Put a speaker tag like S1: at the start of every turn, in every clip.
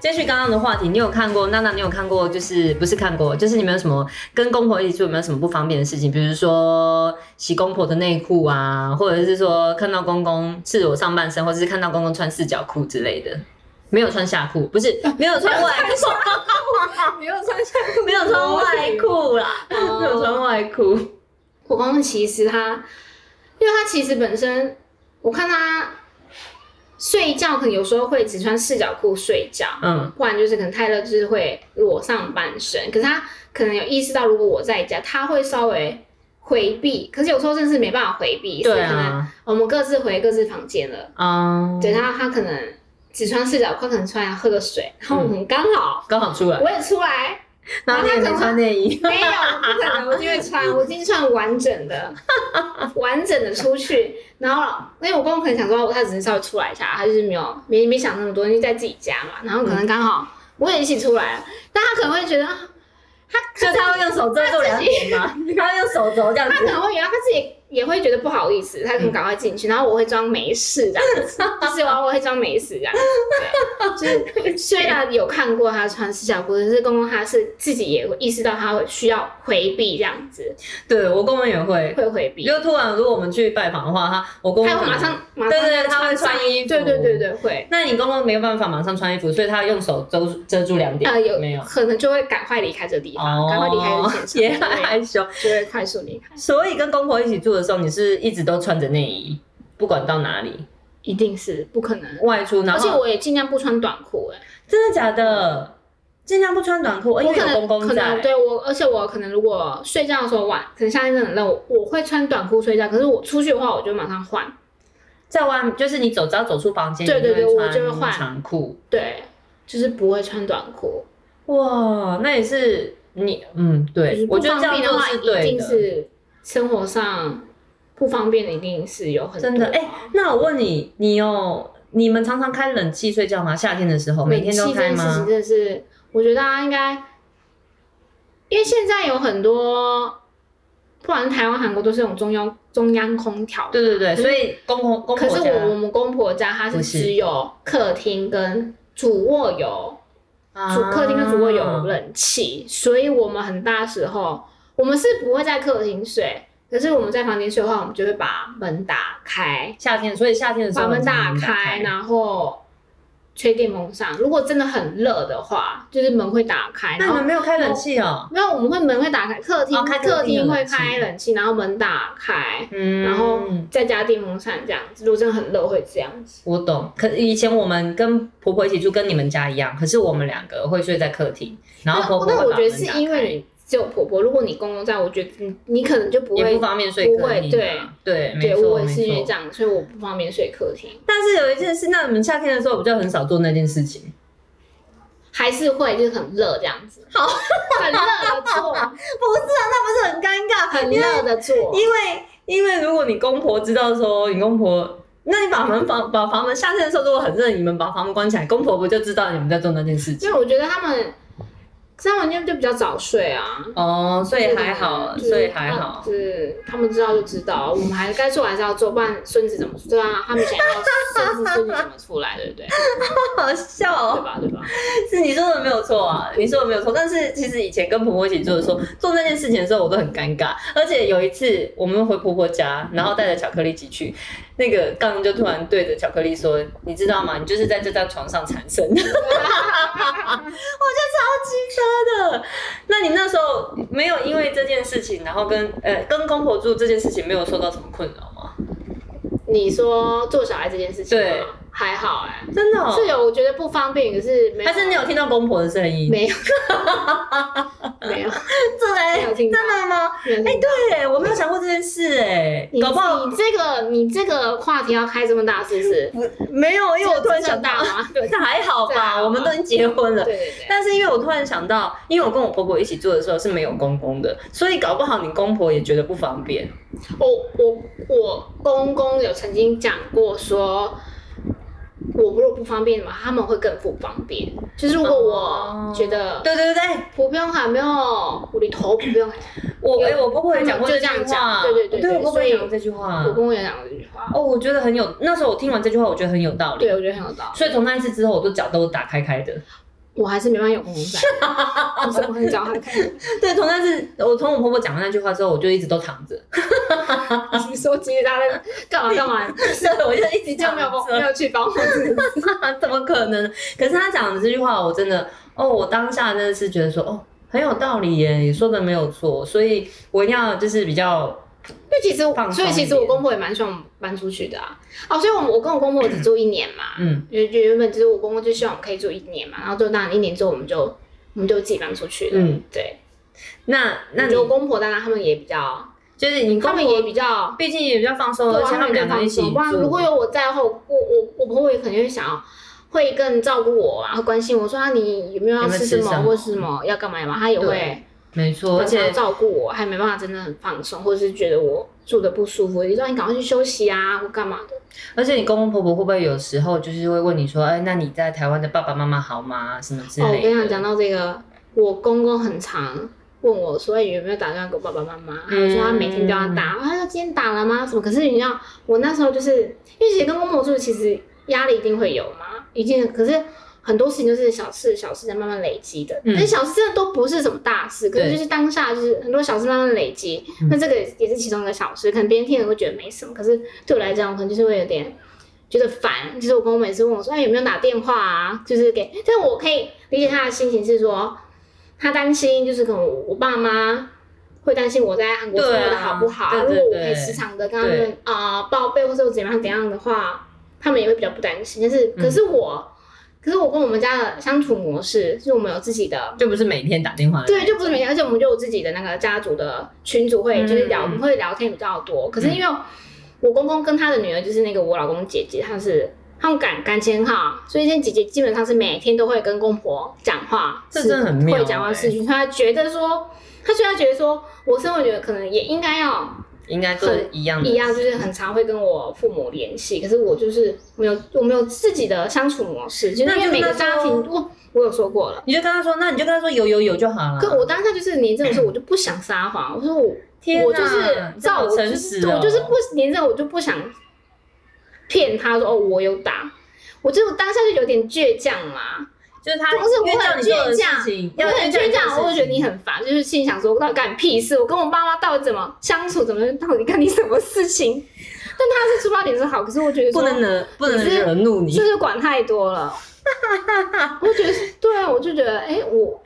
S1: 接续刚刚的话题，你有看过娜娜？你有看过就是不是看过，就是你们有什么跟公婆一起住有没有什么不方便的事情？比如说洗公婆的内裤啊，或者是说看到公公赤裸上半身，或者是看到公公穿四角裤之类的。没有穿下裤，不是没有穿外裤，
S2: 没有穿下裤，
S1: 没有穿外裤啦，没有穿外裤。
S2: 我公公其实他，因为他其实本身，我看他睡觉可能有时候会只穿四角裤睡觉，
S1: 嗯，
S2: 不然就是可能太热就是会裸上半身。可是他可能有意识到，如果我在家，他会稍微回避。可是有时候真的是没办法回避，
S1: 对
S2: 是可能
S1: 啊，
S2: 我们各自回各自房间了。
S1: 嗯，
S2: 对，然后他可能只穿四角裤，可能出来喝个水，然后我们刚好、
S1: 刚好出来，
S2: 我也出来，
S1: 然后你也没穿内衣，
S2: 没有，不可能，我就会穿，我今天穿完整的，完整的出去。然后，因为我公公可能想说，他只是稍微出来一下，他就是没有没没想那么多，因为在自己家嘛。然后可能刚好我也一起出来了，但他可能会觉得，啊
S1: 就他会用手遮住两点 嘛，他会用手肘这样
S2: 他可
S1: 子，
S2: 能会觉得他自己也会觉得不好意思，他可能赶快进去，然后我会装没事这样子，就是我我会装没事这样子。对，就是虽然有看过他穿四角裤，可是公公他是自己也会意识到他会需要回避这样子，
S1: 对我公公也会，
S2: 会回避。
S1: 就突然如果我们去拜访的话，他我公公
S2: 他会马上马上
S1: 对对
S2: 就
S1: 他会穿
S2: 上
S1: 衣服
S2: 对对对对会。
S1: 那你公公没有办法马上穿衣服，所以他用手遮遮住两点，
S2: 呃，有
S1: 没有？哦
S2: 可能就会赶快离开这个地方，赶快离开这个现场，
S1: 也
S2: 对
S1: 害羞。
S2: 就会快速离开，
S1: 所以跟公婆一起住的时候，你是一直都穿着内衣，不管到哪里
S2: 一定是不可能。
S1: 外出，然
S2: 而且
S1: 后
S2: 我也尽量不穿短裤、哎，
S1: 真的假的？尽量不穿短裤，因
S2: 我
S1: 为
S2: 可
S1: 有
S2: 能
S1: 公公
S2: 可能
S1: 在。
S2: 对我，而且我可能如果睡觉的时候晚，可能夏天真的很热，我我会穿短裤睡觉。可是我出去的话，我就马上换。
S1: 在外就是你走，只要走出房间，
S2: 对对对
S1: 你
S2: 我就会
S1: 穿
S2: 换
S1: 长裤。
S2: 对，就是不会穿短裤。
S1: 哇，那也是你，嗯，
S2: 就
S1: 对
S2: 是，不
S1: 我觉得
S2: 方
S1: 这样
S2: 便的
S1: 做
S2: 话，
S1: 是
S2: 一
S1: 对
S2: 定
S1: 的，
S2: 是生活上不方便的，一定是有很多
S1: 真的。哎、那我问你，你有你们常常开冷气睡觉吗？夏天的时候，每天
S2: 冷
S1: 都
S2: 气这
S1: 开
S2: 件事情
S1: 吗？
S2: 真的是，我觉得大家应该，因为现在有很多，不管是台湾、韩国，都是用中央中央空调。
S1: 对对对，所以公公公
S2: 嗯可
S1: 婆
S2: 是
S1: 家
S2: 我我们公婆家，它
S1: 不
S2: 是
S1: 是
S2: 只有客厅跟主卧有
S1: 啊
S2: 主客厅跟主卧有冷气，所以我们很大时候我们是不会在客厅睡，可是我们在房间睡的话，我们就会把门打开，
S1: 夏天，所以夏天的时候
S2: 把门打
S1: 你们
S2: 开，然后吹电风扇。如果真的很热的话，就是门会打开，
S1: 那
S2: 然
S1: 你
S2: 后
S1: 们没有开冷气哦？
S2: 没有我们会门会打开，客厅、
S1: 哦开客
S2: 客
S1: 厅有
S2: 厅会
S1: 冷气
S2: 开冷气，然后门打开。
S1: 嗯，
S2: 然后再加电风扇这样子，如果真的很热会这样子。
S1: 我懂。可以前我们跟婆婆一起住，跟你们家一样，可是我们两个会睡在客厅，然后婆婆
S2: 那
S1: 会
S2: 我
S1: 把
S2: 觉得
S1: 门
S2: 是
S1: 打
S2: 因
S1: 开
S2: 为你只有婆婆，如果你公公在，我觉得你你可能就不
S1: 也
S2: 会
S1: 不。方便睡
S2: 不
S1: 客
S2: 会
S1: 厅
S2: 对
S1: 啊，对，没
S2: 对，
S1: 错
S2: 我
S1: 没
S2: 也是因为
S1: 错
S2: 这。样，所以我不方便睡客厅，
S1: 但是有一件事，那你们夏天的时候比较很少做那件事情。
S2: 还是会就是很热这样子。好，很热的 坐，
S1: 不是啊，那不是很尴尬，
S2: 很热的坐。
S1: 因为因为如果你公婆知道说哦你公婆，那你把门房把房门夏天的时候如果很热，你们把房门关起来，公婆不就知道你们在做那件事情？
S2: 因为我觉得他们，他们就就比较早睡啊，
S1: 哦，所以还好，
S2: 就是嗯
S1: 所以还好
S2: 就。是他们知道就知道，我们还该做还是要做，不然孙子怎么对啊？他们想要孙子孙女怎么出来，对不对？
S1: 好笑
S2: 对
S1: 哦，
S2: 吧？对吧？
S1: 是你说的没有错啊，你说的没有错。但是其实以前跟婆婆一起做的时候，做那件事情的时候，我都很尴尬。而且有一次我们回婆婆家，然后带着巧克力一起去，那个杠就突然对着巧克力说：“你知道吗？你就是在这张床上产生的。” 我就超级的。那你那时候没有因为这件事情，然后跟呃跟公婆住这件事情没有受到什么困扰吗？
S2: 你说做小孩这件事情吗，
S1: 对
S2: 还好哎、
S1: 真的、哦
S2: 是有，我觉得不方便，可是没有，
S1: 还是你有听到公婆的声音？
S2: 没有，没有，
S1: 真
S2: 没
S1: 的
S2: 有听到
S1: 真的吗？
S2: 没有
S1: 哎、对我没有想过这件事哎、
S2: 你
S1: 搞不好
S2: 你这个你这个话题要开这么大，是不是？
S1: 没有，哎因为我突然想到
S2: 这个，大吗？
S1: 对，但还好
S2: 这还
S1: 吧，
S2: 好吧
S1: 我们都已经结婚
S2: 对
S1: 了。
S2: 对对，
S1: 但是因为我突然想到，因为我跟我婆婆一起住的时候是没有公公的，所以搞不好你公婆也觉得不方便。
S2: 我我我公公有曾经讲过说。我如果不方便的话，他们会更不方便。就是如果
S1: 哦
S2: 我觉得
S1: 对对对对，
S2: 不用喊，没有我的头不用喊，
S1: 我
S2: 有
S1: 哎、我婆婆也讲过
S2: 他
S1: 这句
S2: 们就这样
S1: 话，
S2: 讲对对对对
S1: 我婆婆也
S2: 所以
S1: 讲过这句话
S2: 我。公公也讲过这句话。
S1: 哦，我觉得很有，那时候我听完这句话，我觉得很有道理。
S2: 对，我觉得很有道理。
S1: 所以从那一次之后，我都脚都打开开的。
S2: 我还是没办法有公仔，我怎么会找他看？
S1: 对，从那次我从我婆婆讲完那句话之后，我就一直都躺着，
S2: 你说其实他在干嘛干嘛，
S1: 对，我就一直
S2: 你就
S1: 躺
S2: 没有
S1: 着
S2: 没。有去帮我自己。
S1: 怎么可能？可是他讲的这句话，我真的哦，我当下真的是觉得说，哦，很有道理耶，你说的没有错，所以我一定要就是比较
S2: 因为其实
S1: 放
S2: 我，
S1: 松
S2: 所以其实我
S1: 一点
S2: 公婆也蛮希望我们搬出去的啊。哦，所以我们我跟我公婆只住一年嘛，
S1: 嗯
S2: 原原本就是我公公就希望我们可以住一年嘛，然后就当然一年之后我们就我们就自己搬出去了。
S1: 嗯。
S2: 对，
S1: 那那
S2: 我
S1: 你
S2: 觉得我公婆当然他们也比较，
S1: 就是你
S2: 他
S1: 公
S2: 们也
S1: 婆，
S2: 比较，
S1: 毕竟也比较放松，
S2: 对
S1: 而
S2: 啊，
S1: 且
S2: 他
S1: 他
S2: 们
S1: 们
S2: 比较
S1: 两个人一
S2: 放
S1: 起
S2: 松。不然
S1: 住
S2: 如果有我在的话，我我我婆婆也肯定会想要。会更照顾我啊，会关心我说啊，你有没有要
S1: 有没有
S2: 吃什
S1: 吃什
S2: 么
S1: 么
S2: 或是什么要干嘛嘛？她也会
S1: 对没错，而
S2: 很
S1: 且
S2: 常照顾我，还没办法真的很放松，或者是觉得我住的不舒服，就说你赶快去休息啊，或干嘛的。
S1: 而且你公公婆婆会不会有时候就是会问你说，哎，那你在台湾的爸爸妈妈好吗？什么之
S2: 哦，我
S1: 类
S2: 跟你
S1: 的。
S2: 讲，讲到这个，我公公很常问我，所以有没有打电话给我爸爸妈妈？他
S1: 嗯
S2: 说他每天都要打，他说今天打了吗？什么？可是你知道，我那时候就是因为其实跟公婆住，其实压力一定会有嘛，一定。可是很多事情就是小事小事在慢慢累积的，
S1: 嗯
S2: 但小事真的都不是什么大事，可是
S1: 对
S2: 就是当下就是很多小事慢慢累积
S1: 嗯。
S2: 那这个也是其中一个小事，可能别人听了会觉得没什么，可是对我来讲，我可能就是会有点。觉得烦，就是我公公每次问我说：“哎，有没有打电话啊？”就是给，但我可以理解他的心情是说，他担心就是可能我我爸妈会担心我在韩国生活的好不好、
S1: 对啊对
S2: 如果
S1: 对对
S2: 我可以时常的跟他们啊、呃报备或者怎样怎样的话，他们也会比较不担心。但是，
S1: 嗯
S2: 可是我，可是我跟我们家的相处模式，就是我们有自己的
S1: 就不是每天打电话的那
S2: 对，
S1: 种，
S2: 就不是每天，而且我们就有自己的那个家族的群组会，就是聊，
S1: 嗯
S2: 我们会聊天比较多。可是因为我公公跟他的女儿，就是那个我老公姐姐，她是他们感感情很好，所以现在姐姐基本上是每天都会跟公婆讲话，
S1: 这真的很妙
S2: 会讲话
S1: 欸
S2: 视讯。她觉得说，她虽然觉得说我身为女儿，可能也应该要
S1: 应该做
S2: 很
S1: 一样的
S2: 一样，
S1: 事
S2: 就是很常会跟我父母联系，可是我就是没有，我没有自己的相处模式，就是
S1: 那
S2: 因
S1: 就
S2: 为每个
S1: 是那
S2: 家
S1: 时候
S2: 庭，我我有说过了。
S1: 你就跟他说，那你就跟他说有有有就好了。
S2: 可我当下就是连这种事，我就不想撒谎。我说我
S1: 天哪
S2: 我就是
S1: 你这
S2: 照
S1: 么
S2: 我就
S1: 诚实
S2: 是
S1: 哦
S2: 我就是不连这种我就不想骗他说哦我有打，我就当下就有点倔强嘛。
S1: 就是他
S2: 但是我
S1: 越叫
S2: 很
S1: 你做的
S2: 倔
S1: 事
S2: 强，
S1: 情，
S2: 我
S1: 要
S2: 很倔强，我就觉得你
S1: 很。
S2: 很烦，就是心里想说，我到底干你屁事？我跟我爸妈到底怎么相处？怎么到底干你什么事情？但他是出发点是好，可是我觉得说
S1: 不能惹，不能
S2: 你是
S1: 惹怒你
S2: 是。不是管太多了？ 我就觉得对啊，我就觉得哎、我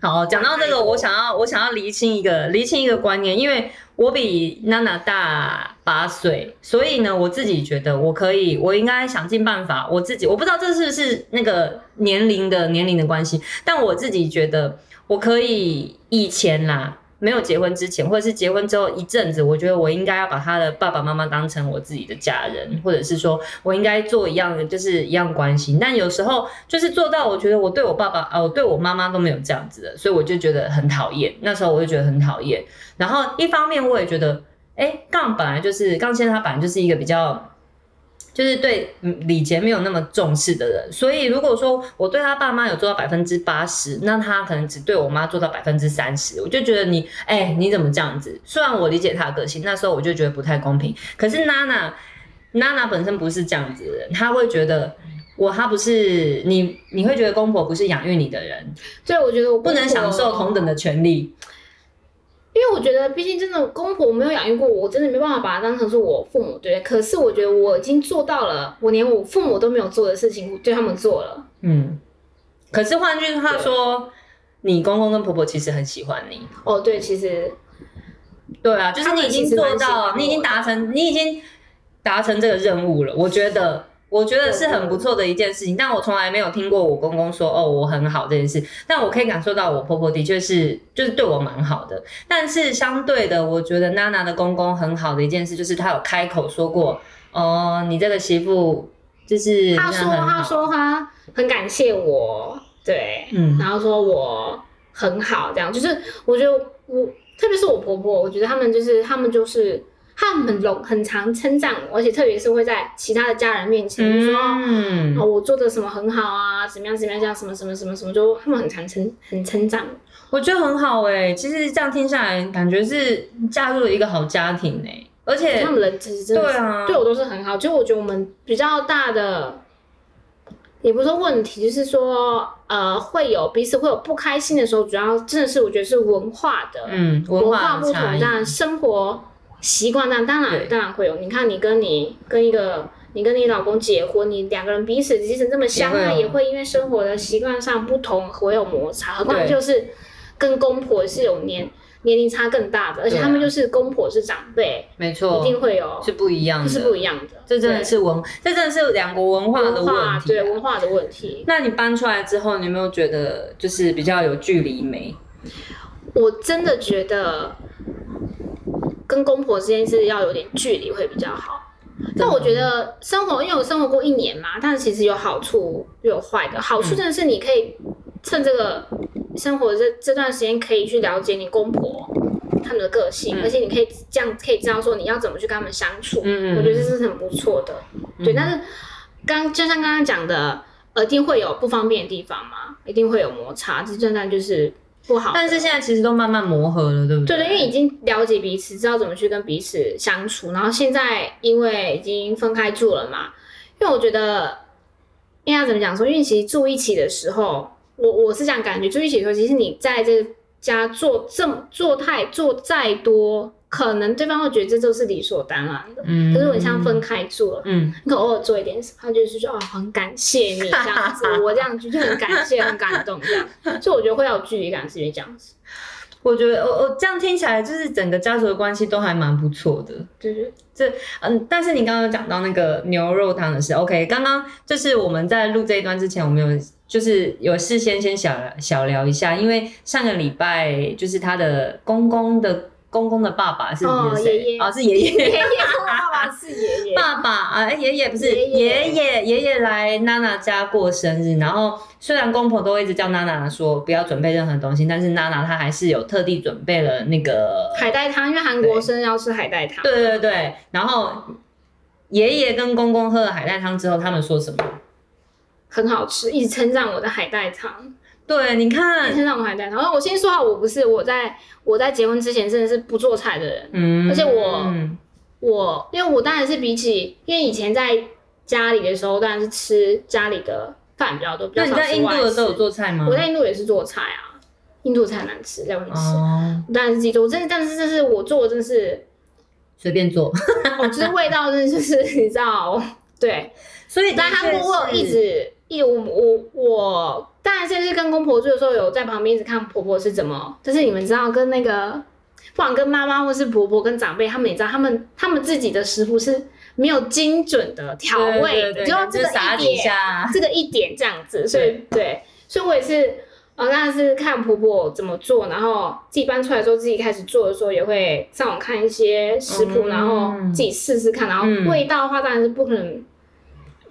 S1: 好，讲到这个，我想要我想要厘清一个厘清一个观念，因为我比娜娜大八岁，所以呢，我自己觉得我可以，我应该想尽办法，我自己我不知道这是不是那个年龄的年龄的关系，但我自己觉得我可以以前啦。没有结婚之前，或者是结婚之后一阵子，我觉得我应该要把他的爸爸妈妈当成我自己的家人，或者是说我应该做一样的，就是一样关心。但有时候就是做到，我觉得我对我爸爸啊，我对我妈妈都没有这样子的，所以我就觉得很讨厌。那时候我就觉得很讨厌。然后一方面我也觉得，哎，杠本来就是杠先生，他本来就是一个比较。就是对嗯礼节没有那么重视的人，所以如果说我对他爸妈有做到百分之八十，那他可能只对我妈做到百分之三十，我就觉得你，哎、你怎么这样子？虽然我理解他的个性，那时候我就觉得不太公平。可是娜娜，娜娜本身不是这样子的人，她会觉得我，她不是你，你会觉得公婆不是养育你的人，
S2: 对我觉得我
S1: 不能享受同等的权利。
S2: 因为我觉得，毕竟真的公婆没有养育过我，我真的没办法把它当成是我父母对待。可是我觉得我已经做到了，我连我父母都没有做的事情，我对他们做了。
S1: 嗯，可是换句话说，你公公跟婆婆其实很喜欢你。
S2: 哦，对，其实
S1: 对啊，就是你已经做到，
S2: 他们其实蛮喜欢我的
S1: 你已经达成，你已经达成这个任务了。我觉得，我觉得是很不错的一件事情。但我从来没有听过我公公说“哦，我很好”这件事。但我可以感受到，我婆婆的确是就是对我蛮好的。但是相对的，我觉得娜娜的公公很好的一件事，就是他有开口说过：“哦，你这个媳妇就是
S2: 他
S1: 真
S2: 说
S1: 的很好
S2: 他说他很感谢我，对，
S1: 嗯
S2: 然后说我很好，这样就是我觉得我，特别是我婆婆，我觉得他们就是他们就是他们很容很常称赞我，而且特别是会在其他的家人面前就说。
S1: 嗯
S2: 哦，我做的什么很好啊，怎么样怎么样，这样什么什么什么什么，就他们很常称很称赞我。
S1: 我觉得很好哎、其实这样听下来，感觉是嫁入了一个好家庭哎、而且
S2: 他们人其实真的
S1: 对
S2: 是
S1: 啊，
S2: 对我都是很好，就我觉得我们比较大的也不是说问题，就是说呃会有彼此会有不开心的时候，主要真的是我觉得是文化的，
S1: 嗯，
S2: 文
S1: 化
S2: 不同，
S1: 差异
S2: 当，然生活习惯上当
S1: 对
S2: 然当然会有。你看，你跟你跟一个你跟你老公结婚，你两个人彼此即使这么相
S1: 也
S2: 爱，
S1: 会有
S2: 也会因为生活的习惯上不同会有摩擦。何况
S1: 对
S2: 就是跟公婆是有年年龄差更大的，而且
S1: 对啊
S2: 他们就是公婆是长辈，
S1: 没
S2: 一
S1: 错，
S2: 定会有
S1: 是不一样
S2: 就
S1: 的，
S2: 是不一样的。
S1: 这真的
S2: 对
S1: 是文，这真的是两国文化的
S2: 文
S1: 问
S2: 化
S1: 题、
S2: 对
S1: 啊。
S2: 文化的问题。
S1: 那你搬出来之后，你有没有觉得就是比较有距离没？
S2: 我真的觉得跟公婆之间是要有点距离会比较好。但我觉得生活，因为我生活过一年嘛，但是其实有好处又有坏的。好处真的是你可以趁这个生活这这段时间，可以去了解你公婆他们的个性，
S1: 嗯
S2: 而且你可以这样可以知道说你要怎么去跟他们相处。
S1: 嗯嗯嗯
S2: 我觉得这是很不错的。对，但是刚就像刚刚讲的，呃一定会有不方便的地方嘛，一定会有摩擦，这真的就是不好的。
S1: 但是现在其实都慢慢磨合了，对不
S2: 对
S1: 对
S2: 对，因为已经了解彼此，知道怎么去跟彼此相处。然后现在因为已经分开住了嘛，因为我觉得，应该怎么讲说？因为其实住一起的时候，我我是这样感觉，住一起的时候，其实你在这个家做这么做太做再多，可能对方会觉得这都是理所当然的。
S1: 嗯
S2: 可是我像分，开住了，
S1: 嗯，
S2: 你可能偶尔做一点什么，他就是说哦，很感谢你这样子，我这样就就很感谢，很感动这样。所以我觉得会有距离感是因为这样子，
S1: 我觉得我我这样听起来，就是整个家族的关系都还蛮不错的。
S2: 对对
S1: 嗯，但是你刚刚有讲到那个牛肉汤的事，OK，刚刚就是我们在录这一段之前，我们有就是有事先先小聊小聊一下，因为上个礼拜就是他的公公的公公的爸爸是
S2: 哦
S1: 是谁？
S2: 爷爷
S1: 哦，是爷
S2: 爷
S1: 爷。
S2: 爷，爸爸是爷爷。
S1: 爸爸啊，哎爷爷不是
S2: 爷
S1: 爷
S2: 爷
S1: 爷，爷爷来娜娜家过生日，然后虽然公婆都一直叫娜娜说不要准备任何东西，但是娜娜她还是有特地准备了那个
S2: 海带汤，因为韩国生日要吃海带汤。
S1: 对对对，然后爷爷跟公公喝了海带汤之后，他们说什么？
S2: 很好吃，一直称赞我的海带汤，
S1: 对，你
S2: 一直
S1: 看，
S2: 称赞我海带汤。然后我先说好，我不是我在我在结婚之前真的是不做菜的人，
S1: 嗯，
S2: 而且我
S1: 嗯
S2: 我因为我当然是比起因为以前在家里的时候，当然是吃家里的饭比较多，比较
S1: 那你
S2: 少
S1: 在
S2: 吃
S1: 印度
S2: 外
S1: 的
S2: 食。
S1: 时候有做菜吗？
S2: 我在印度也是做菜啊，印度菜难吃，在外面吃。
S1: 哦，
S2: 我当然是自己做，我真的，但是这是我做的，真的是，
S1: 随便做，
S2: 哦，就是味道，真的就是你知道，对，
S1: 所以
S2: 在韩
S1: 的确
S2: 国我有
S1: 是
S2: 一直一我我我，当然就是跟公婆住的时候有在旁边一直看婆婆是怎么，就是你们知道跟那个，不管跟妈妈或是婆婆跟长辈，他们也知道他们他们自己的食谱是没有精准的调
S1: 对
S2: 味
S1: 对
S2: 的，
S1: 对
S2: 只有
S1: 对
S2: 这
S1: 就
S2: 个
S1: 撒
S2: 一
S1: 几
S2: 点，
S1: 下，
S2: 这个一点这样子，所以对，所以我也是。呃，当然是看婆婆怎么做，然后自己搬出来之后，自己开始做的时候，也会上网看一些食谱，
S1: 嗯
S2: 然后自己试试看，然后
S1: 嗯
S2: 味道的话，当然是不可能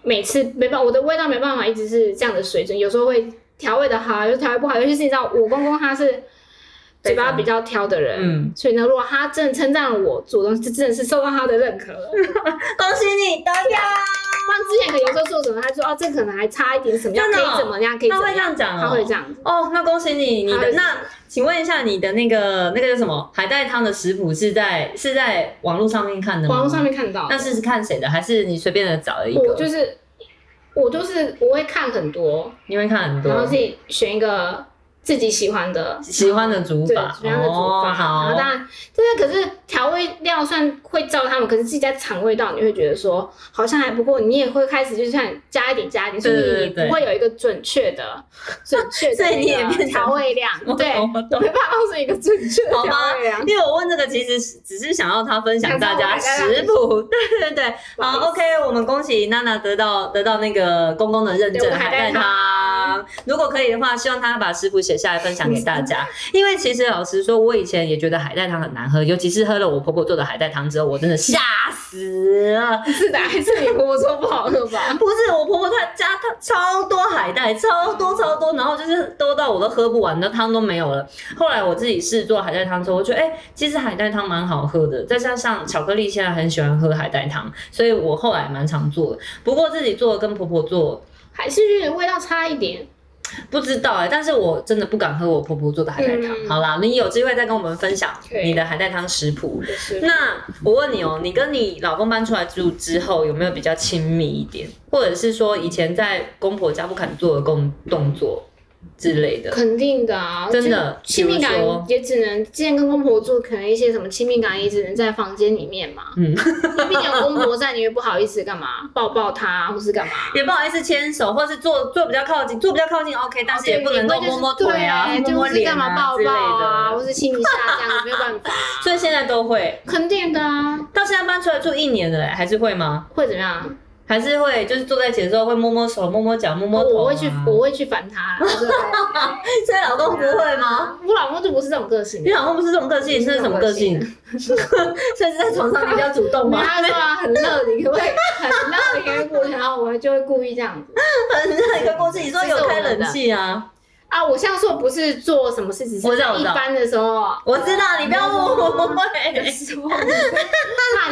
S2: 每次没办法，我的味道没办法一直是这样的水准，有时候会调味的好，有时候调味不好，尤其是你知道我公公他是嘴巴比较挑的人，
S1: 嗯
S2: 所以呢，如果他真的称赞了我煮东西，这真的是受到他的认可了。不
S1: 恭喜你得奖。
S2: 然之前可能有时候做什么，他说哦，这可能还差一点什么样，
S1: 真的
S2: 可
S1: 哦
S2: 以怎么样，可以怎
S1: 他
S2: 么
S1: 会这样讲哦
S2: 他会这样子。
S1: 哦，那恭喜你，你
S2: 他
S1: 的
S2: 会
S1: 那，请问一下，你的那个那个叫什么海带汤的食谱是在是在网络上面看的吗？
S2: 网络上，面看到的，
S1: 那是看谁的？还是你随便的找了一个？
S2: 我就是我就是我会看很多，
S1: 你会看很多，
S2: 然后自己选一个自己喜欢的，
S1: 喜欢的煮
S2: 对，
S1: 法，
S2: 主要的煮
S1: 哦、
S2: 法。然后当
S1: 好，
S2: 然，这个可是调味料算会照他们，可是自己在尝味道，你会觉得说好像还不够，你也会开始就像加一点加一点，所以
S1: 对对
S2: 你
S1: 对
S2: 不会有一个准确 的、准确的
S1: 所以你也
S2: 那个
S1: 变成
S2: 调味 量，
S1: 我
S2: 对，
S1: 懂我懂
S2: 没办法告诉你一个准确的
S1: 好吧
S2: 调味量。
S1: 因为我问这个，其实只是想要他分享大家食谱， 对对对。
S2: 不好
S1: 好
S2: 意思
S1: ，OK，我们恭喜娜娜得到得到那个公公的认
S2: 对
S1: 证
S2: 我还
S1: 海带
S2: 带
S1: 汤。如果可以的话，希望她把食谱写下来分享给大 家。因为其实老实说，我以前也觉得海带汤很难喝，尤其是喝了我婆婆做的海带汤之后，我真的吓死了。
S2: 是的，还是你婆婆说不好喝吧？
S1: 不是我婆婆她家她超多海带，超多超多，然后就是多到我都喝不完，那汤都没有了。后来我自己试做海带汤之后，我觉得哎、其实海带汤蛮好喝的，再加上巧克力现在很喜欢喝海带汤，所以我后来蛮常做的。不过自己做的跟婆婆做，
S2: 还是味道差一点，
S1: 不知道哎、但是我真的不敢喝我婆婆做的海带汤。
S2: 嗯
S1: 好啦，你有机会再跟我们分享
S2: 可以
S1: 你的海带汤食谱。
S2: 就是
S1: 那我问你哦、你跟你老公搬出来住之后，有没有比较亲密一点，或者是说以前在公婆家不肯做的动动作之类的？
S2: 肯定的啊，
S1: 真的
S2: 就亲密
S1: 比如
S2: 感
S1: 说
S2: 也只能之前跟公婆住，可能一些什么亲密感也只能在房间里面嘛。
S1: 嗯，
S2: 因为毕竟有公婆在，你也不好意思干嘛抱抱他或是干嘛。
S1: 也不好意思牵手，或是坐坐比较靠近，坐比较靠近 OK，但是也不能够摸摸腿啊、
S2: 哦对
S1: 摸摸
S2: 就是
S1: 脸
S2: 干嘛
S1: 啊
S2: 抱
S1: 之类
S2: 抱啊，
S1: 的。
S2: 或是亲一下这样，没有办法。啊
S1: 所以现在都会，
S2: 肯定的啊，
S1: 到现在搬出来住一年了、还是会吗？
S2: 会怎么样？
S1: 还是会就是坐在一起的时候会摸摸手、摸摸脚、摸摸头、啊。
S2: 哦我会去，我会去烦他。就是
S1: 现在老公不会吗？？
S2: 我老公就不是这种个性
S1: 你。老公不是这种个性，你是什么个性？ 甚至在床上你比较主动吗？
S2: 他说啊很热，你可不可以很热，你可不可以过去？然后我就会故意这样子。
S1: 那一个过去，你说有开冷气啊？
S2: 啊，我现在说不是做什么事，只
S1: 我
S2: 是
S1: 知道我
S2: 在
S1: 知
S2: 一
S1: 道
S2: 般的时哦候。
S1: 我知道，你不要 误会。
S2: 时 候，怕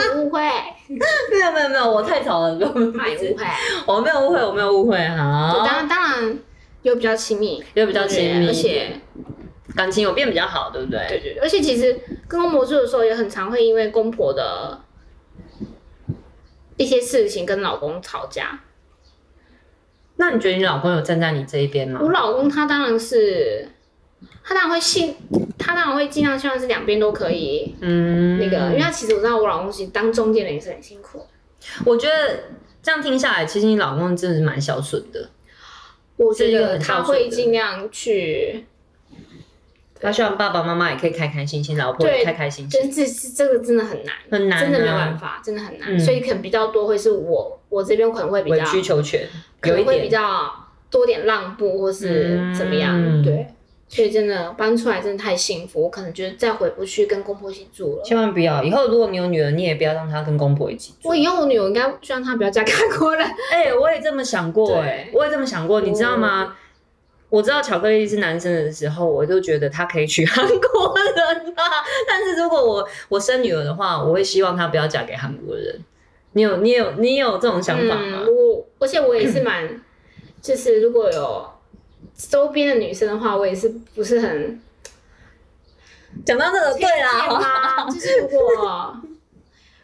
S2: 你误会，
S1: 没有没有没有，我太吵了，
S2: 怕你误会。
S1: 我没有误会，我没有误会。好
S2: 当，然当然有比较亲密，
S1: 有比较亲密
S2: 对而且
S1: 感情有变比较好，对不对？
S2: 对对，对而且其实跟公婆住的时候，也很常会因为公婆的一些事情跟老公吵架。
S1: 那你觉得你老公有站在你这一边吗
S2: 我？老公他当然是，他当然会尽，他当然会尽量希望是两边都可以。
S1: 嗯，
S2: 那个，因为他其实我知道，我老公其实当中间人也是很辛苦。
S1: 我觉得这样听下来，其实你老公真的是蛮孝顺的，
S2: 我觉
S1: 是一个
S2: 得
S1: 很
S2: 他
S1: 孝顺的
S2: 会尽量去，
S1: 他希望爸爸妈妈也可以开开心心，老婆也
S2: 对
S1: 开开心心，
S2: 这这是这个真的很难，
S1: 很难、啊，
S2: 真的没有办法，真的很难。
S1: 嗯
S2: 所以可能比较多会是我，我这边可能会比
S1: 委
S2: 较，
S1: 曲求全，
S2: 可
S1: 有一
S2: 能会比
S1: 点。
S2: 较多点让步，或是怎么样，
S1: 嗯
S2: 对。所以真的搬出来真的太幸福，我可能觉得再回不去跟公婆一起住了。
S1: 千万不要，以后如果你有女儿，你也不要让她跟公婆一起住。
S2: 我以后我女儿应该希望她不要嫁给韩国人，
S1: 哎、我也这么想过、
S2: 对哦
S1: 哎，我也这么想过，你知道吗？我知道巧克力是男生的时候，我就觉得他可以娶韩国人啊。 但是如果我我生女儿的话，我会希望她不要嫁给韩国人。你有你有你有这种想法吗？
S2: 嗯，我而且我也是蛮， 就是如果有周边的女生的话，我也是不是很
S1: 讲到这个，对啊啦，
S2: 见
S1: 好
S2: 吗？ 就是如果，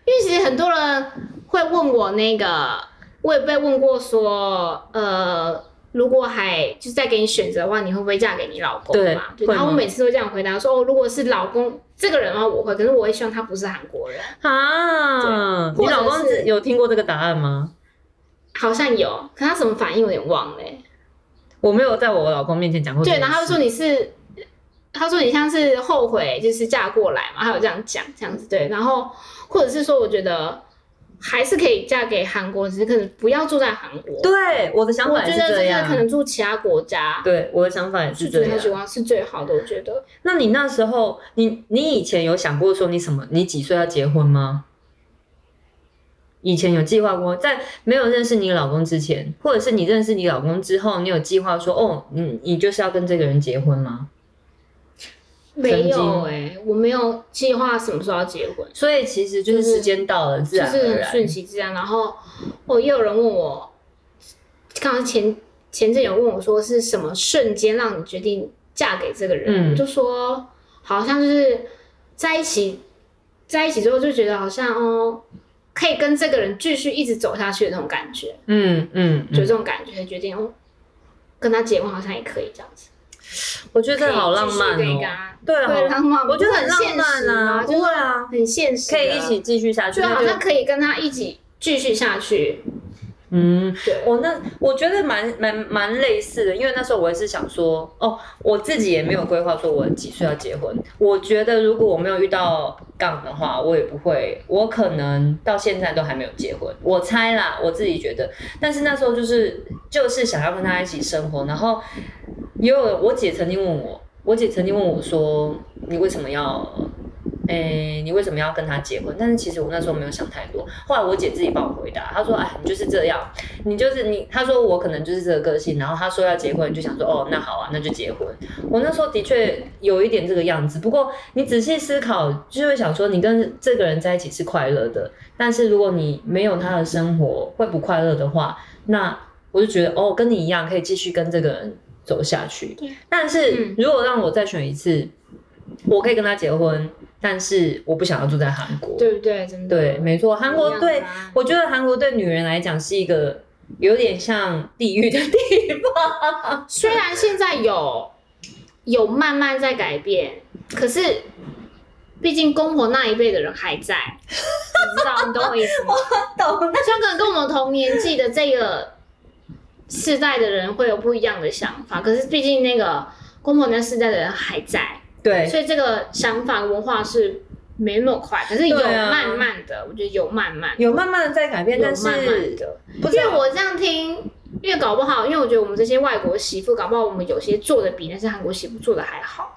S2: 因为其实很多人会问我那个，我也被问过说，呃，如果还就是再给你选择的话，你会不会嫁给你老公嘛？
S1: 对
S2: 对，然后
S1: 会
S2: 我
S1: 吗
S2: 每次都这样回答说，哦，如果是老公这个人的话，我会，可是我会希望他不是韩国人，
S1: 啊，你老
S2: 或
S1: 公
S2: 者是
S1: 有听过这个答案吗？
S2: 好像有，可他什么反应我有点忘了欸、
S1: 我没有在我老公面前讲过这
S2: 对，
S1: 件事。
S2: 然后他说你是，他说你像是后悔就是嫁过来嘛，他有这样讲这样子对，然后或者是说我觉得还是可以嫁给韩国，只是可能不要住在韩国。，
S1: 对我的想
S2: 我
S1: 法也
S2: 觉
S1: 是
S2: 得
S1: 这
S2: 真
S1: 样
S2: 的可，能住其他国家，
S1: 对我的想法也
S2: 去
S1: 是
S2: 住
S1: 这
S2: 其他
S1: 样
S2: 国。家是最好的，我觉得。
S1: 那你那时候，你你以前有想过说你什么？你几岁要结婚吗？以前有计划过，在没有认识你老公之前，或者是你认识你老公之后，你有计划说哦，你你就是要跟这个人结婚吗？
S2: 没有
S1: 经
S2: 哎、我没有计划什么时候要结婚，
S1: 所以其实就是时间到了，自
S2: 就
S1: 然
S2: 是
S1: 而
S2: 很
S1: 然。
S2: 顺其自然。然后我也有人问我，刚刚前前阵有问我说是什么瞬间让你决定嫁给这个
S1: 嗯
S2: 人，我就说好像就是在一起，在一起之后就觉得好像哦，可以跟这个人继续一直走下去的那种感觉，
S1: 嗯嗯，
S2: 就
S1: 嗯
S2: 这种感觉决定哦，跟他结婚好像也可以这样子，
S1: 我觉得这好浪漫
S2: 可以继续
S1: 哦
S2: 跟。他
S1: 对，好
S2: 会浪漫吗，
S1: 我觉得很
S2: 很
S1: 浪
S2: 现实
S1: 漫啊
S2: 嘛就是
S1: 不会啊
S2: 很现实，
S1: 可以一起。继续下去。
S2: 啊就好
S1: 那
S2: 像可以跟他一起继续下去。
S1: 嗯，
S2: 对，
S1: 我那我觉得蛮蛮蛮类似的，因为那时候我也是想说，哦，我自己也没有规划说我几岁要结婚。我觉得如果我没有遇到杠的话，我也不会，我可能到现在都还没有结婚。我猜啦，我自己觉得。但是那时候就是就是想要跟他一起生活，然后也有我姐曾经问我，我姐曾经问我说，你为什么要？诶、你为什么要跟他结婚？但是其实我那时候没有想太多。后来我姐自己帮我回答，她说：“哎，你就是这样，你就是你，他说我可能就是这个个性，然后他说要结婚，你就想说哦，那好啊，那就结婚。我那时候的确有一点这个样子，不过你仔细思考，就会想说你跟这个人在一起是快乐的，但是如果你没有他的生活会不快乐的话，那我就觉得哦，跟你一样可以继续跟这个人走下去
S2: 对。
S1: 但是
S2: 嗯
S1: 如果让我再选一次，我可以跟他结婚，但是我不想要住在韩国。
S2: 对不对？真的
S1: 对，没错，韩国
S2: 嗯一
S1: 对
S2: 样啊
S1: 我觉得韩国对女人来讲是一个有点像地狱的 地方。
S2: 啊虽然现在有有慢慢在改变，可是毕竟公婆那一辈的人还在，你知道，你懂我意 思吗？
S1: 懂
S2: 虽然可能跟我们同年纪的这个世代的人会有不一样的想法，可是毕竟那个公婆那世代的人还在，
S1: 对，
S2: 所以这个想法文化是没那么快，可是有
S1: 对啊
S2: 慢慢的，我觉得有慢慢的。
S1: 有慢慢的在改变，
S2: 有
S1: 但是
S2: 慢慢的
S1: 不知
S2: 因为
S1: 道
S2: 我这样听，因为搞不好，因为我觉得我们这些外国媳妇，搞不好我们有些做的比那些韩国媳妇做的还好。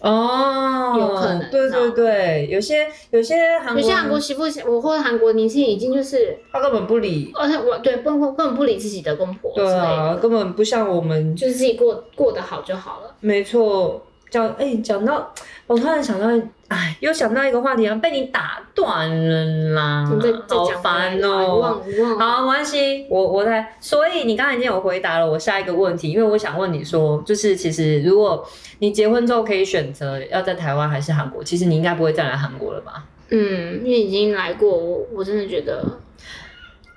S1: 哦，
S2: 有可能
S1: 对对
S2: 哦
S1: 对，有些有些韩
S2: 有
S1: 国
S2: 些韩国
S1: 人
S2: 媳妇，我或者韩国年轻人已经就是，
S1: 他根本不理，
S2: 而且我对根本根本不理自己的公婆哦之类
S1: 对
S2: 的，
S1: 啊，根本不像我们，
S2: 就是自己过过得好就好了。
S1: 没错。讲哎，讲到我突然想到，哎，又想到一个话题啊，被你打断了啦
S2: 你再，再
S1: 啊好
S2: 讲回来
S1: 烦
S2: 吧你
S1: 哦。
S2: 忘你忘了。
S1: 好，没关系，我我在。所以你刚才已经有回答了我下一个问题，因为我想问你说，就是其实如果你结婚之后可以选择要在台湾还是韩国，其实你应该不会再来韩国了吧？
S2: 嗯，因为已经来过，我我真的觉得，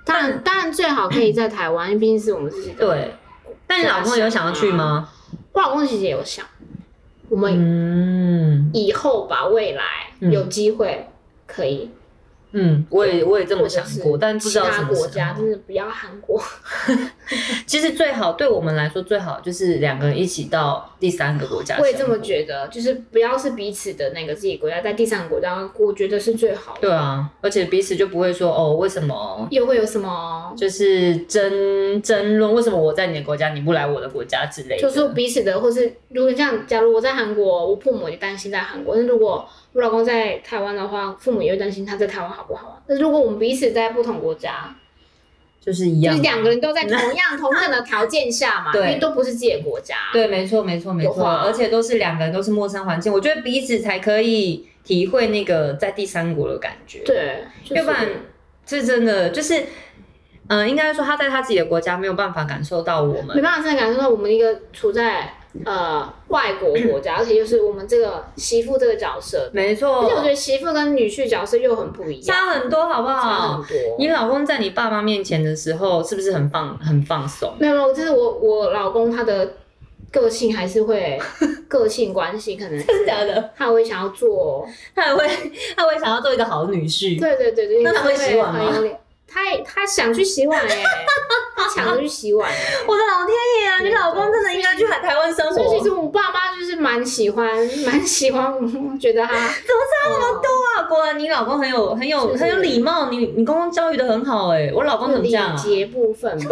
S2: 当然当然最好可以在台湾，因为毕竟是我们自己的。
S1: 对。啊但你老公有想要去吗？
S2: 我老公其实也有想，我们
S1: 嗯
S2: 以后吧，未来
S1: 嗯
S2: 有机会可以，
S1: 嗯，我也我也这么想过，
S2: 或者是
S1: 但不知道
S2: 其
S1: 什
S2: 他
S1: 么时
S2: 国
S1: 候
S2: 家，真的不要韩 国。
S1: 其实最好对我们来说最好就是两个人一起到第三个国家。
S2: 我也这么觉得，就是不要是彼此的那个自己国家，在第三个国家，我觉得是最好的。
S1: 对啊，而且彼此就不会说哦，为什么
S2: 又会有什么？
S1: 就是争争论为什么我在你的国家你不来我的国家之类的。
S2: 就是彼此的，或是如果像假如我在韩国，我父母也担心在韩国；那如果我老公在台湾的话，父母也会担心他在台湾好不好啊？那如果我们彼此在不同国家，
S1: 就是一
S2: 就
S1: 样嘛，
S2: 是两个人都在 同样同等的条件下嘛，因
S1: 对
S2: 为都不是自己的国家，
S1: 对，没错，没错，没
S2: 有
S1: 错，
S2: 话
S1: 而且都是两个人都是陌生环境，我觉得彼此才可以体会那个在第三国的感觉。，
S2: 对，就是
S1: 要不然这真的就是，嗯、应该说他在他自己的国家没有办法感受到我
S2: 没
S1: 们。
S2: 办法真的感受到我们一个处在呃外国国家，而且就是我们这个媳妇这个角色，
S1: 没错，
S2: 而且我觉得媳妇跟女婿角色又很不一样，
S1: 差很多，好不
S2: 差
S1: 好
S2: 很？多。
S1: 你老公在你爸妈面前的时候，是不是很放很放松？
S2: 没有没有，就是我我老公他的个性还是会个性关系，可能
S1: 真的假的？
S2: 他会想要做，
S1: 他也会，他会想要做一个好女婿。
S2: 对对 对对，
S1: 那他会洗碗吗
S2: 很有脸他也他想去洗碗耶、他抢着去洗碗耶、
S1: 我的老天爷啊！你老公真的应该去海台湾生
S2: 所
S1: 活。
S2: 以其实我爸妈就是蛮喜欢，蛮喜欢，我觉得他怎么差那么多？
S1: 哇，果然你老公很有很有
S2: 是
S1: 很有礼貌，你你公公教育的很好哎、我老公怎么
S2: 礼
S1: 这样、啊？
S2: 节哦 部分嘛，礼仪部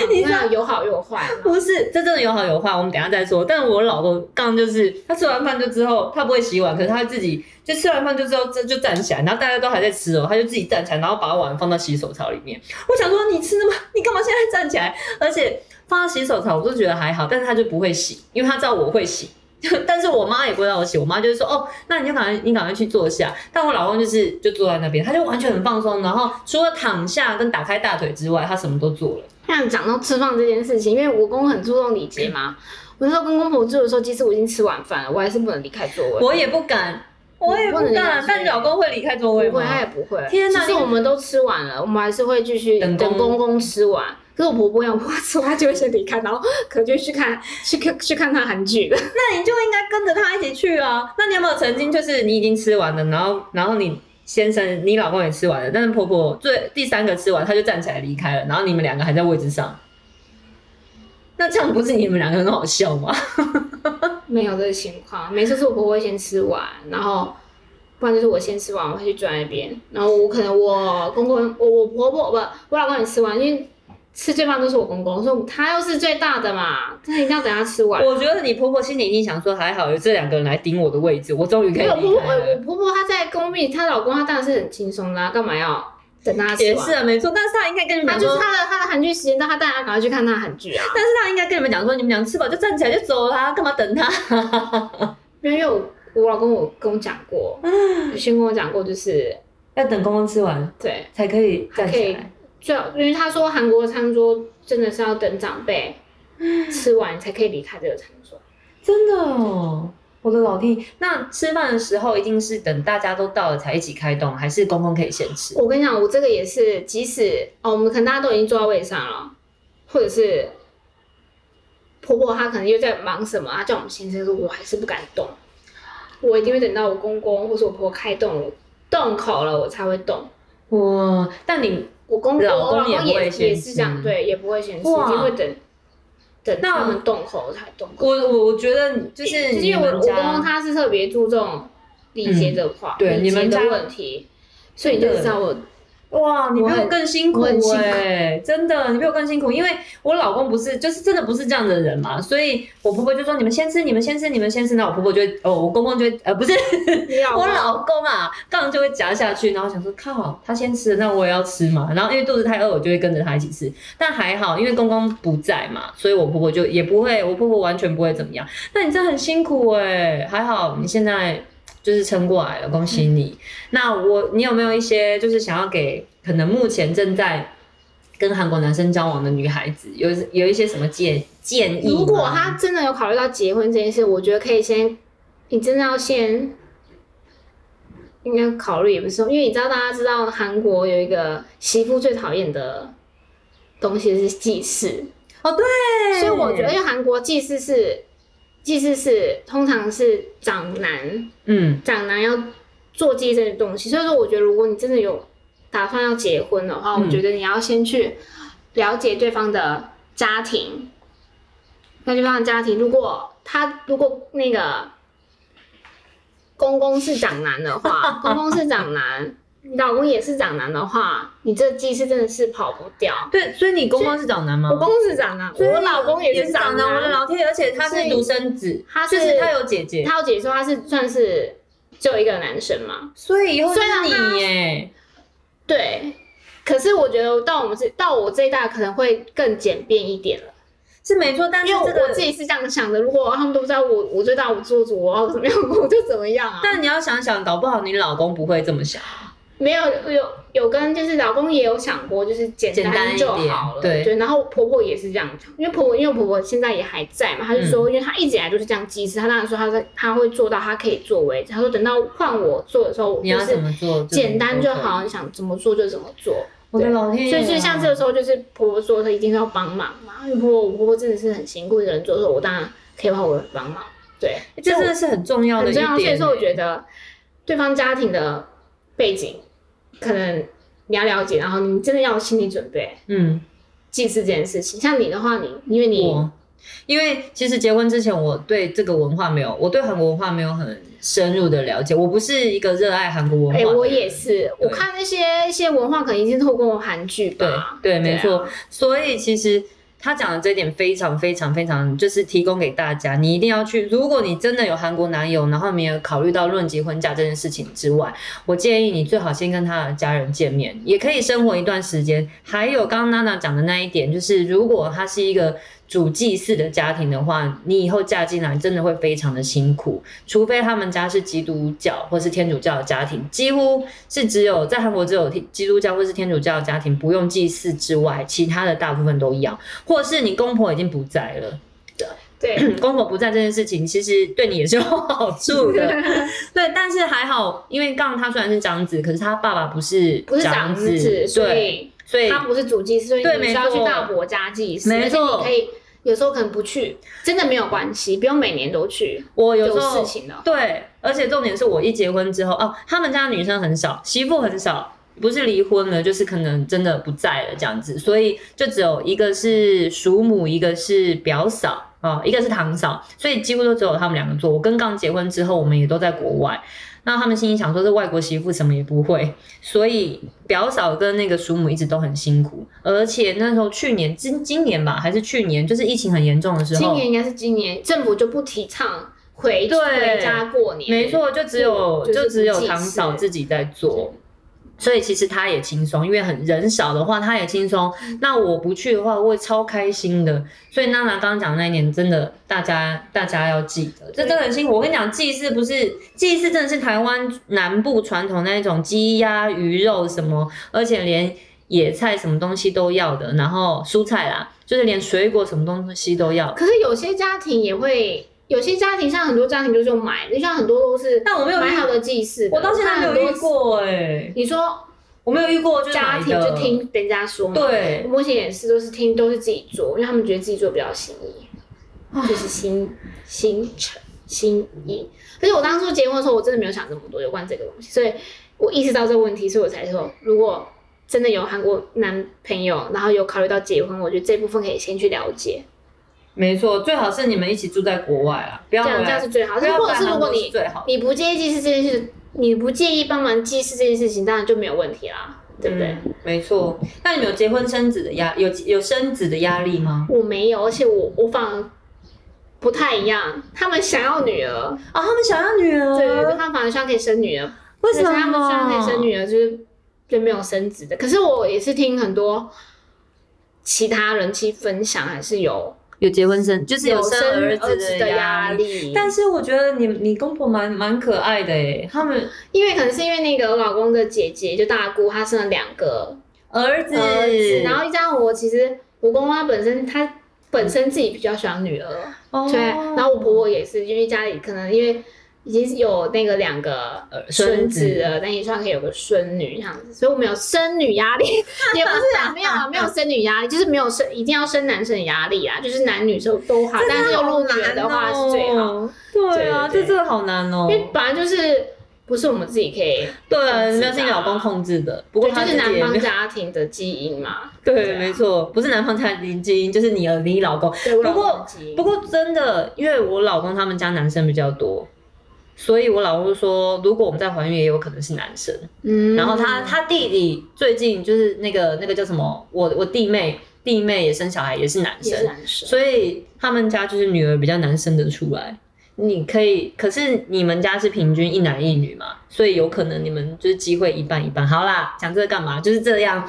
S2: 分，
S1: 你知道
S2: 那有好有坏嘛。
S1: 不是，这真的有好有坏，我们等一下再说。但我老公刚刚就是，他吃完饭就之后，他不会洗碗，可是他自己就吃完饭就之后，这就站起来，然后大家都还在吃哦，他就自己站起来，然后把碗放到洗手槽里面。我想说，你吃那么， 你干嘛现在站起来？而且放到洗手槽，我都觉得还好，但是他就不会洗，因为他知道我会洗。 但是我妈也不会让我洗，我妈就是说，哦，那你就赶快，你赶快去坐下。但我老公就是就坐在那边，他就完全很放松，然后除了躺下跟打开大腿之外，他什么都做了。
S2: 那讲到吃饭这件事情，因为我公公很注重礼节嘛。我那时候跟公婆住的时候，即使我已经吃晚饭了，我还是不能离开座位。
S1: 我也不敢，我也
S2: 不能
S1: 不
S2: 离开
S1: 敢
S2: 座。位
S1: 但你老公会离开座位
S2: 不
S1: 吗
S2: 会，？他也不会。
S1: 天哪
S2: 其实
S1: 你
S2: 我们都吃完了，我们还是会继续
S1: 等
S2: 等
S1: 公
S2: 公公吃完。可是我婆婆要我婆婆吃完，她就会先离开，然后可能就去看去看去看她韩剧了。
S1: 那你就应该跟着他一起去啊。那你有没有曾经就是你已经吃完了，然后然后你先生、你老公也吃完了，但是婆婆最第三个吃完，她就站起来离开了，然后你们两个还在位置上。那这样不是你们两个很好笑 吗？
S2: 没有这个情况，每次是我婆婆会先吃完，然后不然就是我先吃完，我会去坐在那边，然后我可能我公公我我婆婆不我老公也吃完，因为吃最棒都是我公公，所以他又是最大的嘛， 他一定要等他吃完。
S1: 我觉得你婆婆心里一定想说，还好有这两个人来顶我的位置，我终于可
S2: 因
S1: 以
S2: 为我婆
S1: 离
S2: 婆
S1: 开
S2: 我
S1: 了。
S2: 婆婆她在公寓，她老公她当然是很轻松啦、干嘛要等他吃
S1: 也
S2: 完？
S1: 是啊，没错，但是她应该跟你们讲
S2: 他就
S1: 说
S2: 是，他啊的他的韩剧时间到，他当然要赶快去看他的韩剧啊。
S1: 但是她应该跟你们讲说，你们俩吃饱就站起来就走啦，干嘛等她？
S2: 因为我我老公我跟我讲过，先跟我讲过，就是
S1: 要等公公吃完
S2: 对，
S1: 才可以
S2: 还
S1: 站
S2: 可
S1: 起
S2: 以
S1: 来。
S2: 最好，因为他说韩国餐桌真的是要等长辈吃完才可以离开这个场所。
S1: 真的哦，我的老天！那吃饭的时候一定是等大家都到了才一起开动，还是公公可以先吃？
S2: 我跟你讲，我这个也是，即使哦，我们可能大家都已经坐在位上了，或者是婆婆她可能又在忙什么，她叫我们先生说，我还是不敢动，我一定会等到我公公或是我婆婆开动了，洞口了，我才会动。
S1: 哇！但你
S2: 我公公
S1: 老公
S2: 我
S1: 也不会
S2: 也
S1: 先
S2: 也是这样，
S1: 吃
S2: 对，也不会先吃，
S1: 哇
S2: 一定会等等
S1: 那
S2: 他们洞口我才动。
S1: 我我我觉得就是
S2: 就是
S1: 你
S2: 因为我
S1: 们
S2: 我公公
S1: 家
S2: 他是特别注重礼节的话，
S1: 嗯对你
S2: 礼节
S1: 们家
S2: 的问题，所以你就知道我
S1: 哇，你比
S2: 我
S1: 我
S2: 很
S1: 更辛苦
S2: 我很辛苦
S1: 哎、真的，你比我更辛苦，因为我老公不是就是真的不是这样的人嘛，所以我婆婆就说你们先吃，你们先吃，你们先吃，那我婆婆就会哦，我公公就会呃不是我老公啊，当然就会夹下去，然后想说靠，他先吃了，那我也要吃嘛，然后因为肚子太饿，我就会跟着他一起吃，但还好，因为公公不在嘛，所以我婆婆就也不会，我婆婆完全不会怎么样。那你真的很辛苦哎、还好你现在就是撑过来了，恭喜你。那我，你有没有一些就是想要给可能目前正在跟韩国男生交往的女孩子，有有一些什么建建议吗？
S2: 如果他真的有考虑到结婚这件事，我觉得可以先，你真的要先，应该考虑也不是说，因为你知道大家知道韩国有一个媳妇最讨厌的东西是祭祀，
S1: 哦，对，
S2: 所以我觉
S1: 嗯
S2: 得因为韩国祭祀是祭祀是通常是长男
S1: 嗯
S2: 长男要做祭祀的东西，所以说我觉得如果你真的有打算要结婚的话，
S1: 嗯
S2: 我觉得你要先去了解对方的家庭，那对方的家庭，如果他如果那个公公是长男 的话，公公是长男，你老公也是长男的话，你这祭祀真的是跑不掉。
S1: 对，所以你公公是长男吗？
S2: 我公公是长男，
S1: 所以
S2: 我老公也
S1: 啊也
S2: 是
S1: 长
S2: 长
S1: 男，我的
S2: 男。
S1: 老天，而且他是独生子，
S2: 他
S1: 就是是他有姐姐，
S2: 他有姐姐说他是算是只有一个男生嘛，
S1: 所以以后就是
S2: 虽然他
S1: 你耶，
S2: 对，可是我觉得到我们这到我这一代可能会更简便一点了，
S1: 是没错，但是
S2: 因为我
S1: 这个
S2: 我自己是这样想的。如果他们都不知道我我最大我做主，我要怎么样我就怎么样啊。
S1: 但你要想想，搞不好你老公不会这么想，
S2: 没有有有跟就是老公也有想过，就是简
S1: 简单一
S2: 单就
S1: 点
S2: 好了。
S1: 对
S2: 然后婆婆也是这样讲，因为婆婆因为婆婆现在也还在嘛，她就
S1: 嗯
S2: 说，因为她一直以来都是这样机制，她当然说她在她会做到她可以做为止，她说等到换我做的时候，我
S1: 你
S2: 就
S1: 要
S2: 是
S1: 怎么做，
S2: 简单就。好，你想怎么做就怎么做。
S1: 我的老天爷
S2: 所
S1: 啊，
S2: 以就是像这个时候，就是婆婆说她一定要帮忙嘛，因为婆婆我婆婆真的是很辛苦一个人做的时候，我当然可以帮我帮忙，对，
S1: 这真的是很重要的
S2: 很
S1: 一
S2: 重
S1: 点
S2: 要。
S1: 耶。
S2: 所以说，我觉得对方家庭的背景可能你要了解，然后你真的要有心理准备
S1: 嗯，
S2: 祭祀这件事情。像你的话，你因为你
S1: 我因为其实结婚之前，我对这个文化没有，我对韩国文化没有很深入的了解，我不是一个热爱韩国文化的
S2: 哎、
S1: 人。
S2: 我也是，
S1: 对
S2: 我看那些一些文化，可能已经透过韩剧
S1: 对
S2: 吧，
S1: 对，没
S2: 啊
S1: 错。所以其实他讲的这点非常非常非常，就是提供给大家，你一定要去。如果你真的有韩国男友，然后你也考虑到论及婚嫁这件事情之外，我建议你最好先跟他的家人见面，也可以生活一段时间。还有刚刚娜娜讲的那一点，就是如果他是一个主祭祀的家庭的话，你以后嫁进来真的会非常的辛苦，除非他们家是基督教或是天主教的家庭，几乎是只有在韩国只有基督教或是天主教的家庭不用祭祀之外，其他的大部分都一样，或是你公婆已经不在了。
S2: 对，
S1: 公婆不在这件事情，其实对你也是有好处 的，对。但是还好，因为杠他虽然是长子，可是他爸爸不是
S2: 不是长
S1: 子，
S2: 子，所
S1: 对，
S2: 以
S1: 所以
S2: 他不是主祭司，所以
S1: 对
S2: 你需
S1: 没
S2: 要
S1: 错
S2: 去大伯家祭司，
S1: 没
S2: 而且
S1: 错
S2: 你可以有时候可能不去，真的没有关系，不用每年都去。
S1: 我有时
S2: 有
S1: 候
S2: 事情的，
S1: 对，而且重点是我一结婚之后，哦，他们家女生很少，媳妇很少，不是离婚了，就是可能真的不在了这样子，所以就只有一个是叔母，一个是表嫂。哦，一个是堂嫂，所以几乎都只有他们两个做。我跟杠结婚之后，我们也都在国外。那他们心里想说，这外国媳妇什么也不会，所以表嫂跟那个叔母一直都很辛苦。而且那时候去年今今年吧，还是去年，就是疫情很严重的时候，
S2: 今年应该是今年政府就不提倡回
S1: 对
S2: 回家过年，
S1: 没，错，就只有
S2: 就是
S1: 就只有
S2: 不计
S1: 堂嫂
S2: 事
S1: 自己在做。所以其实他也轻松，因为很人少的话，他也轻松。那我不去的话，我会超开心的。所以娜娜刚刚讲的那一年，真的大家大家要记得，这真的很辛苦。我跟你讲，祭祀不是祭祀，真的是台湾南部传统那一种鸡鸭鱼肉什么，而且连野菜什么东西都要的，然后蔬菜啦，就是连水果什么东西都要。
S2: 可是有些家庭也会，有些家庭像很多家庭就是用买，就像很多都是
S1: 但我没有遇
S2: 买好的祭祀的，
S1: 我到现在没有遇
S2: 很多。
S1: 过哎、
S2: 你说
S1: 我没有遇过，就是
S2: 家
S1: 买
S2: 庭
S1: 的
S2: 就听人家说嘛，
S1: 对
S2: 模型也是都是听都是自己做，因为他们觉得自己做比较心意，就是心心诚心意。可是我当初结婚的时候，我真的没有想这么多有关这个东西，所以我意识到这个问题，所以我才说，如果真的有韩国男朋友，然后有考虑到结婚，我觉得这部分可以先去了解，
S1: 没错，最好是你们一起住在国外啊，不要
S2: 这
S1: 回
S2: 样这样
S1: 来
S2: 是。最好。
S1: 不要
S2: 或者
S1: 搬
S2: 是如
S1: 韩
S2: 果
S1: 国
S2: 你
S1: 是最好的，
S2: 你不介意祭祀这件事，你不介意帮忙祭祀这件事情，当然就没有问题啦，对不对？
S1: 嗯？没错。那你们有结婚生子的压有有生子的压力吗？
S2: 我没有，而且我我反而不太一样，他们想要女儿，
S1: 啊、他们想要女儿，
S2: 对对对，他们反而希望可以生女儿，
S1: 呃为什么？
S2: 可是他们希望可以生女儿，就是就没有生子的。可是我也是听很多其他人去分享，还是有
S1: 有结婚生，就是有
S2: 生
S1: 儿
S2: 子
S1: 子
S2: 的
S1: 压
S2: 压。力，
S1: 但是我觉得你你公婆蛮蛮可爱的诶，他们
S2: 因为可能是因为那个我老公的姐姐就大姑，她生了两个
S1: 儿子，
S2: 儿子，然后加上我其实我公公她本身她本身自己比较喜欢女儿。
S1: 哦
S2: 对，然后我婆婆也是，因为家里可能因为已经有那个两个
S1: 呃孙
S2: 孙
S1: 子
S2: 子了，但也算可以有个孙女这样子，所以我们有生女压力， 也不是啊，没有啊，没有生女压力，就是没有生一定要生男生的压力啊，就是男女都都好，但是有录女儿的话是最好，
S1: 好。对啊，
S2: 对
S1: 这
S2: 对对
S1: 真的好难哦
S2: 因。为本来就是不是我们自己可以，
S1: 对啊，
S2: 控制
S1: 没有是你老公控制的，不过
S2: 就
S1: 他自
S2: 是
S1: 己
S2: 男
S1: 也没
S2: 方
S1: 有。
S2: 家庭的基 因嘛，
S1: 对，
S2: 啊
S1: 没错，不是男方家的基因，就是你儿你老公。
S2: 对，我老
S1: 不过
S2: 公的基因
S1: 不过真的，因为我老公他们家男生比较多，所以我老公说，如果我们再怀孕，也有可能是男生。
S2: 嗯
S1: 然后他他弟弟最近就是那个那个叫什么，我我弟妹弟妹也生小孩，也是男
S2: 也
S1: 生
S2: 是，男生，
S1: 所以他们家就是女儿比较难生得出来。你可以，可是你们家是平均一男一女嘛，所以有可能你们就是机会一半一半。好啦，讲这个干嘛？就是这样。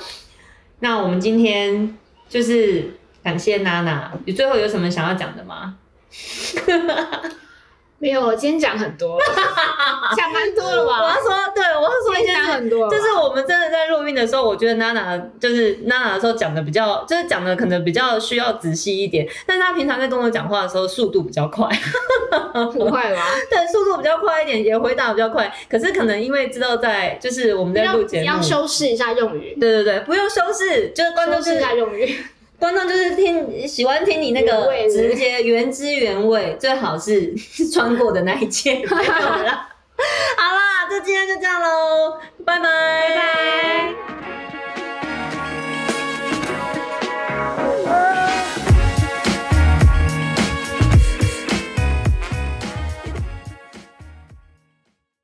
S1: 那我们今天就是感谢娜娜，你最后有什么想要讲的吗？
S2: 没有，我今天讲很 多了，讲蛮多了
S1: 我要
S2: 吧。
S1: 说，对我要说一
S2: 今
S1: 件
S2: 天
S1: 事
S2: 讲很多了吧，
S1: 就是我们真的在录音的时候，我觉得娜娜就是娜娜的时候讲的比较，就是讲的可能比较需要仔细一点，但是她平常在跟我讲话的时候速度比较快，
S2: 不会 吧？
S1: 对，速度比较快一点，也回答比较快。可是可能因为知道在就是我们在
S2: 要
S1: 录节目
S2: 要，修饰一下用语，
S1: 对对对，不用修饰，就是观众就
S2: 修饰一
S1: 是
S2: 下用语。
S1: 观众就是听喜欢听你那
S2: 原
S1: 个
S2: 味是不是
S1: 直接原汁原味，最好是 穿过的那一件。没有啦好啦，就今天就这样喽，拜拜
S2: 拜拜。